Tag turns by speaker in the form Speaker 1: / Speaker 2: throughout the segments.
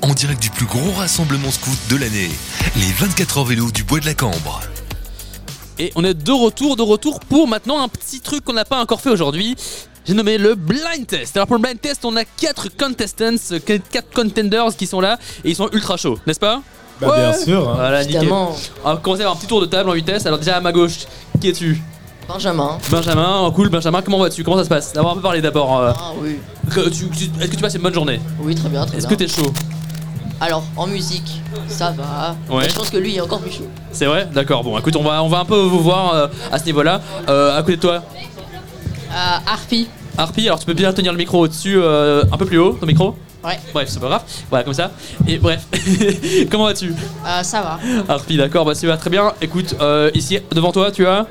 Speaker 1: en direct du plus gros rassemblement scout de l'année, les 24 heures vélo du Bois de la Cambre.
Speaker 2: Et on est de retour, de retour pour maintenant un petit truc qu'on n'a pas encore fait aujourd'hui. J'ai nommé le blind test. Alors pour le blind test, on a 4 contestants, 4 contenders qui sont là et ils sont ultra chauds, n'est-ce pas
Speaker 3: Bah, Bien sûr. hein.
Speaker 2: Voilà, Ah, nickel.
Speaker 4: Évidemment,
Speaker 2: On va commencer par un petit tour de table en vitesse. Alors déjà à ma gauche, qui es-tu
Speaker 4: Benjamin.
Speaker 2: Benjamin, oh, cool Benjamin, comment vas-tu Comment ça se passe D'avoir un peu parlé d'abord. euh,
Speaker 4: Ah oui,
Speaker 2: que tu- tu- Est-ce que tu passes une bonne journée
Speaker 4: oui, très bien, très
Speaker 2: Est-ce
Speaker 4: bien.
Speaker 2: que t'es chaud
Speaker 4: Alors, en musique, ça va.
Speaker 2: Ouais.
Speaker 4: Mais Je pense que lui, il est encore plus chaud.
Speaker 2: C'est vrai D'accord, bon écoute, on va, on va un peu vous voir euh, à ce niveau-là. Euh, à côté de toi,
Speaker 4: Euh, Harpy.
Speaker 2: Harpy, alors tu peux bien tenir le micro au-dessus, euh, un peu plus haut, ton micro
Speaker 4: Ouais.
Speaker 2: Bref, c'est pas grave. Voilà, comme ça. Et bref, comment vas-tu
Speaker 4: Euh, ça va.
Speaker 2: Harpy, d'accord, bah ça va très bien. Écoute, euh, ici devant toi, tu as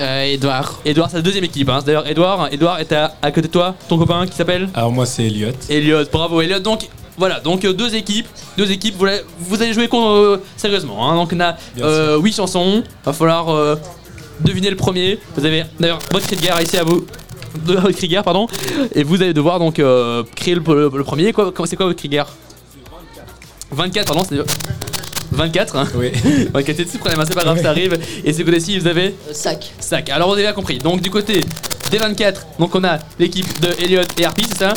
Speaker 5: Edouard.
Speaker 2: Edouard, c'est la deuxième équipe. hein. C'est D'ailleurs, Edouard, Edouard est à, à côté de toi, ton copain qui s'appelle
Speaker 3: Alors moi c'est Elliot.
Speaker 2: Elliot, bravo Elliot. Donc voilà, donc euh, deux équipes, deux équipes. Vous, la- vous allez jouer contre, euh, sérieusement. hein. Donc on a
Speaker 3: Bien
Speaker 2: euh, huit chansons. Va falloir euh, deviner le premier. Vous avez d'ailleurs votre cri de guerre ici à vous. De votre cri de guerre, pardon. Et vous allez devoir donc euh, créer le, le- le premier. Quoi, comment- c'est quoi votre cri de guerre 24, pardon, c'est 24. Hein.
Speaker 3: Oui.
Speaker 2: 24, c'est le problème, hein, c'est pas grave,
Speaker 3: Ouais.
Speaker 2: ça arrive. Et ce côté-ci, vous avez
Speaker 4: Euh, sac.
Speaker 2: Sac. Alors on a bien compris. Donc du côté des 24, donc on a l'équipe de Elliot et Harpy, c'est ça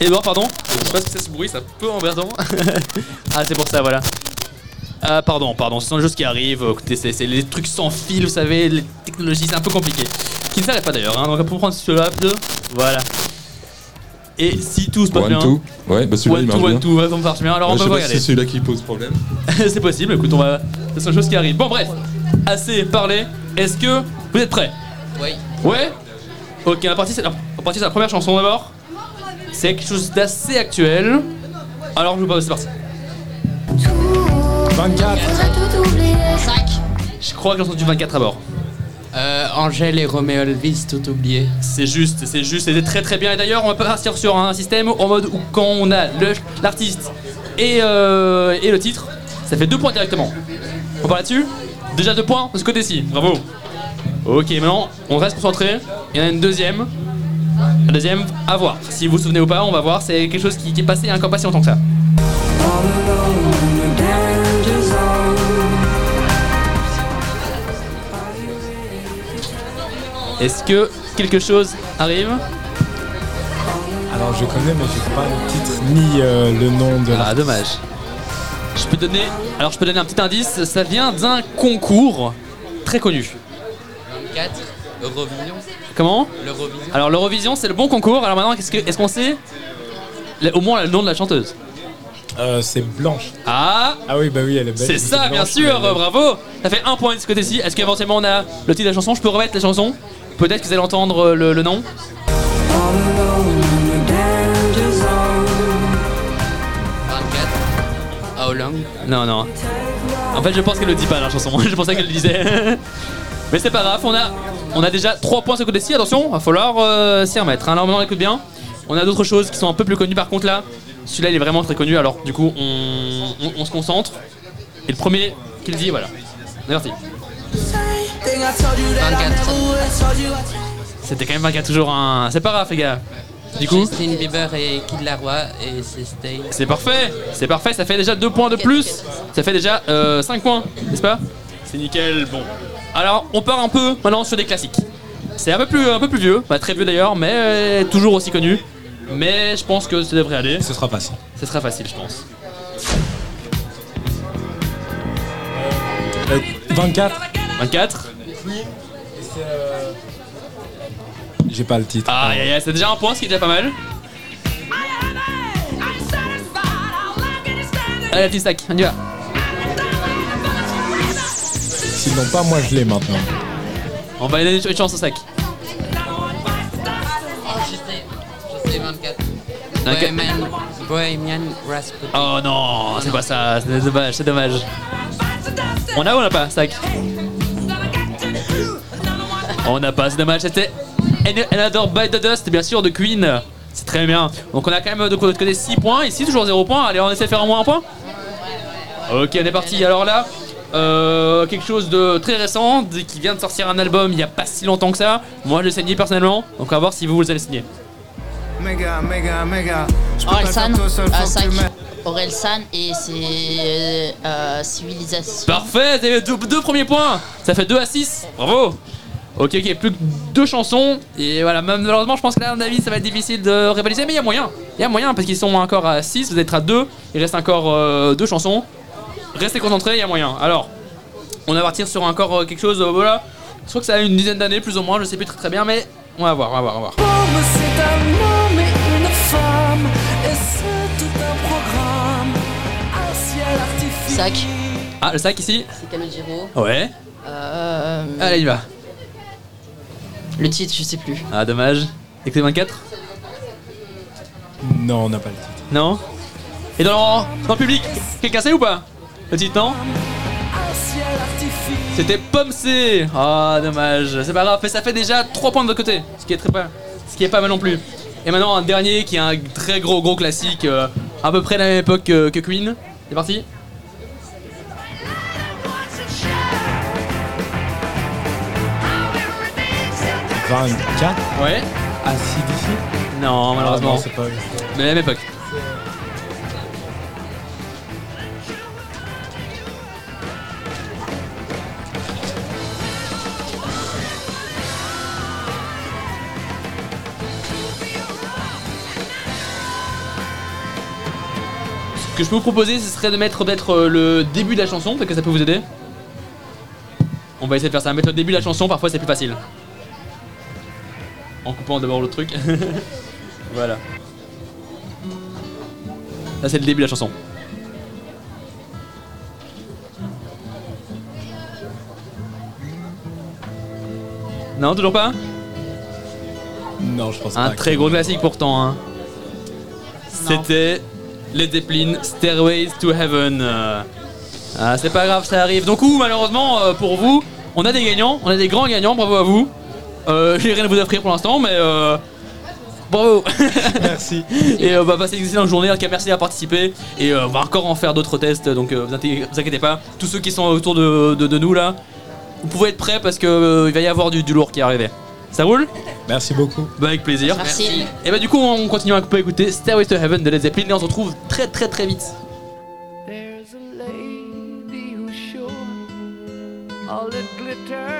Speaker 2: Edouard, pardon. Je sais pas si ça se bruit, c'est un peu embêtant. ah, c'est pour ça, voilà. Ah, pardon, pardon, c'est un jeu qui arrive. Écoutez, c'est c'est les trucs sans fil, vous savez, les technologies, c'est un peu compliqué. Qui ne s'arrête pas d'ailleurs, hein. donc pour prendre celui-là, deux, voilà. Et si tout se passe
Speaker 6: One,
Speaker 2: bien.
Speaker 6: two. Ouais, bah celui-là,
Speaker 2: One,
Speaker 6: il
Speaker 2: two,
Speaker 6: marche
Speaker 2: one,
Speaker 6: bien.
Speaker 2: two, ouais, ça marche bien. Alors
Speaker 6: Ouais,
Speaker 2: on
Speaker 6: je
Speaker 2: peut
Speaker 6: sais pas
Speaker 2: regarder.
Speaker 6: si c'est celui-là qui pose problème.
Speaker 2: c'est possible, écoute, on va. C'est une chose qui arrive. Bon, bref, assez parlé. Est-ce que vous êtes prêts
Speaker 4: Oui.
Speaker 2: Ouais Ok, on va partir, c'est la, on va partir sur la première chanson d'abord. C'est quelque chose d'assez actuel. Alors, je vous pose, c'est parti.
Speaker 3: 24.
Speaker 4: Sac.
Speaker 2: Je crois que j'ai entendu 24 à bord.
Speaker 5: Euh, Angèle et Roméo Elvis, tout oublié.
Speaker 2: C'est juste, c'est juste, c'était très très bien. Et d'ailleurs, on va partir sur un système en mode où quand on a le- l'artiste et, euh, et le titre, ça fait deux points directement. On part là-dessus Déjà deux points de ce côté-ci, bravo. Ok, maintenant, on reste concentré. Il y en a une deuxième. La deuxième, à voir. Si vous vous souvenez ou pas, on va voir. C'est quelque chose qui, qui est passé il y a encore pas si longtemps que ça. Est-ce que quelque chose arrive
Speaker 3: Alors je connais mais je pas le titre ni euh, le nom de.
Speaker 2: Ah
Speaker 3: l'artiste.
Speaker 2: dommage. Je peux donner. Alors je peux donner un petit indice. Ça vient d'un concours très connu.
Speaker 5: 4. Eurovision.
Speaker 2: Comment
Speaker 5: L'Eurovision.
Speaker 2: Alors l'Eurovision c'est le bon concours. Alors maintenant qu'est-ce que est-ce qu'on sait le- au moins le nom de la chanteuse
Speaker 3: Euh, c'est Blanche.
Speaker 2: Ah
Speaker 3: Ah oui bah oui elle est belle.
Speaker 2: c'est ça
Speaker 3: Blanche,
Speaker 2: bien
Speaker 3: mais euh,
Speaker 2: sûr.
Speaker 3: elle est-
Speaker 2: Bravo. Ça fait un point de ce côté-ci. Est-ce qu'éventuellement on a le titre de la chanson Je peux remettre la chanson Peut-être que vous allez entendre euh, le, le nom.
Speaker 5: How long
Speaker 2: Non non. En fait je pense qu'elle le dit pas la chanson. je pensais qu'elle le disait. Mais c'est pas grave. On a on a déjà 3 points de ce côté-ci. Attention, va falloir euh, s'y remettre. hein. Alors maintenant écoute bien. On a d'autres choses qui sont un peu plus connues par contre là. Celui-là il est vraiment très connu. Alors du coup on, on- on se concentre. Et le premier qu'il dit voilà. On est parti.
Speaker 5: 24.
Speaker 2: C'était quand même 24 toujours un. C'est pas grave, les gars. Du coup,
Speaker 5: Justin Bieber et Kid Laroi et c'est Stay.
Speaker 2: c'est parfait. C'est parfait. Ça fait déjà 2 points de plus. Ça fait déjà 5 points, n'est-ce pas C'est nickel. Bon. Alors, on part un peu maintenant sur des classiques. C'est un peu plus, un peu plus vieux, pas très vieux d'ailleurs, mais euh, toujours aussi connu. Mais je pense que ça devrait aller.
Speaker 3: Ce sera facile.
Speaker 2: Ce sera facile, je pense.
Speaker 3: Euh, 24.
Speaker 2: 24.
Speaker 3: euh, J'ai pas le titre.
Speaker 2: Ah, aïe, aïe, aïe, c'est déjà un point, ce qui est déjà pas mal. Allez, la petite stack, on y va.
Speaker 3: S'ils l'ont pas moi je l'ai maintenant.
Speaker 2: On va aller donner une chance au sac.
Speaker 5: Ah, C'est 24.
Speaker 2: Ok.
Speaker 5: Bohemian, Bohemian Rasputin.
Speaker 2: Oh non, c'est pas ça, c'est dommage, c'est dommage. On a ou on n'a pas, sac On n'a pas, c'est dommage, c'était An- Another Bite the Dust, bien sûr, de Queen. C'est très bien. Donc on a quand même de l'autre côté 6 points, ici toujours 0 points. Allez, on essaie de faire au moins un point Ok, on est parti. Alors là, euh, quelque chose de très récent, de- qui vient de sortir un album il n'y a pas si longtemps que ça. Moi, je l'ai signé personnellement, donc on va voir si vous, vous allez signer.
Speaker 7: Méga, méga, méga. Je peux pas
Speaker 4: Orelsan.
Speaker 7: faire tout seul,
Speaker 4: Euh,
Speaker 7: faut que
Speaker 4: sac.
Speaker 7: tu m'aides.
Speaker 4: Aurel San et ses euh, civilisations.
Speaker 2: Parfait, t'as eu deux, deux premiers points. Ça fait 2 à 6. Bravo. Ok, ok, plus que deux chansons. Et voilà, même- malheureusement, je pense que là, à mon avis, ça va être difficile de rivaliser. Mais il y a moyen. Il y a moyen parce qu'ils sont encore à 6, vous êtes à 2. Il reste encore euh, deux chansons. Restez concentrés, il y a moyen. Alors, on va partir sur encore euh, quelque chose. euh, voilà. Je crois que ça a une dizaine d'années, plus ou moins. Je sais plus très très bien, mais on va voir, on va voir, on va voir.
Speaker 6: Homme, c'est un homme et une femme, et c'est tout un programme, un ciel artificiel.
Speaker 4: Sac.
Speaker 2: Ah, le sac ici
Speaker 4: C'est Calogero.
Speaker 2: Ouais.
Speaker 4: Euh,
Speaker 2: Allez, il va.
Speaker 4: le titre, je sais plus.
Speaker 2: Ah, dommage. Et que 24
Speaker 3: Non, on n'a pas le titre.
Speaker 2: Non Et dans le, dans le public Quelqu'un sait ou pas Le titre, non
Speaker 6: Un ciel artificiel.
Speaker 2: C'était Pomme C Ah, dommage. C'est pas grave, mais ça fait déjà 3 points de votre côté, ce qui est très pas, ce qui est pas mal non plus. Et maintenant, un dernier qui est un très gros gros classique, euh, à peu près à la même époque que, que Queen. C'est parti
Speaker 3: Van K
Speaker 2: Ouais
Speaker 3: Acid ici
Speaker 2: Non, malheureusement.
Speaker 3: Ah c'est pas
Speaker 2: de la même époque. Ce que je peux vous proposer, ce serait de mettre peut-être euh, le début de la chanson, peut-être que ça peut vous aider. On va essayer de faire ça, mettre le début de la chanson, parfois c'est plus facile. En coupant d'abord le truc. voilà. Là, c'est le début de la chanson. Non, toujours pas
Speaker 3: Non, je pense pas.
Speaker 2: Un très gros classique pourtant. hein. C'était les Zeppelin Stairways to Heaven. euh. Ah, c'est pas grave, ça arrive. Donc, ou malheureusement euh, pour vous, on a des gagnants, on a des grands gagnants. Bravo à vous. Euh, J'ai rien à vous offrir pour l'instant, mais euh, bravo.
Speaker 3: Merci.
Speaker 2: Et euh, bah, passez une excellente journée, en tout cas merci d'avoir participé et euh, on va encore en faire d'autres tests donc euh, vous, inquiétez- vous inquiétez pas, tous ceux qui sont autour de, de- de nous là, vous pouvez être prêts parce que euh, il va y avoir du, du lourd qui est arrivé. Ça roule
Speaker 3: Merci beaucoup.
Speaker 2: Bah avec plaisir.
Speaker 4: Merci.
Speaker 2: Et bah du coup on continue un peu à écouter Stairway to Heaven de Led Zeppelin et on se retrouve très très très vite.
Speaker 7: There's a lady who's sure all it glitters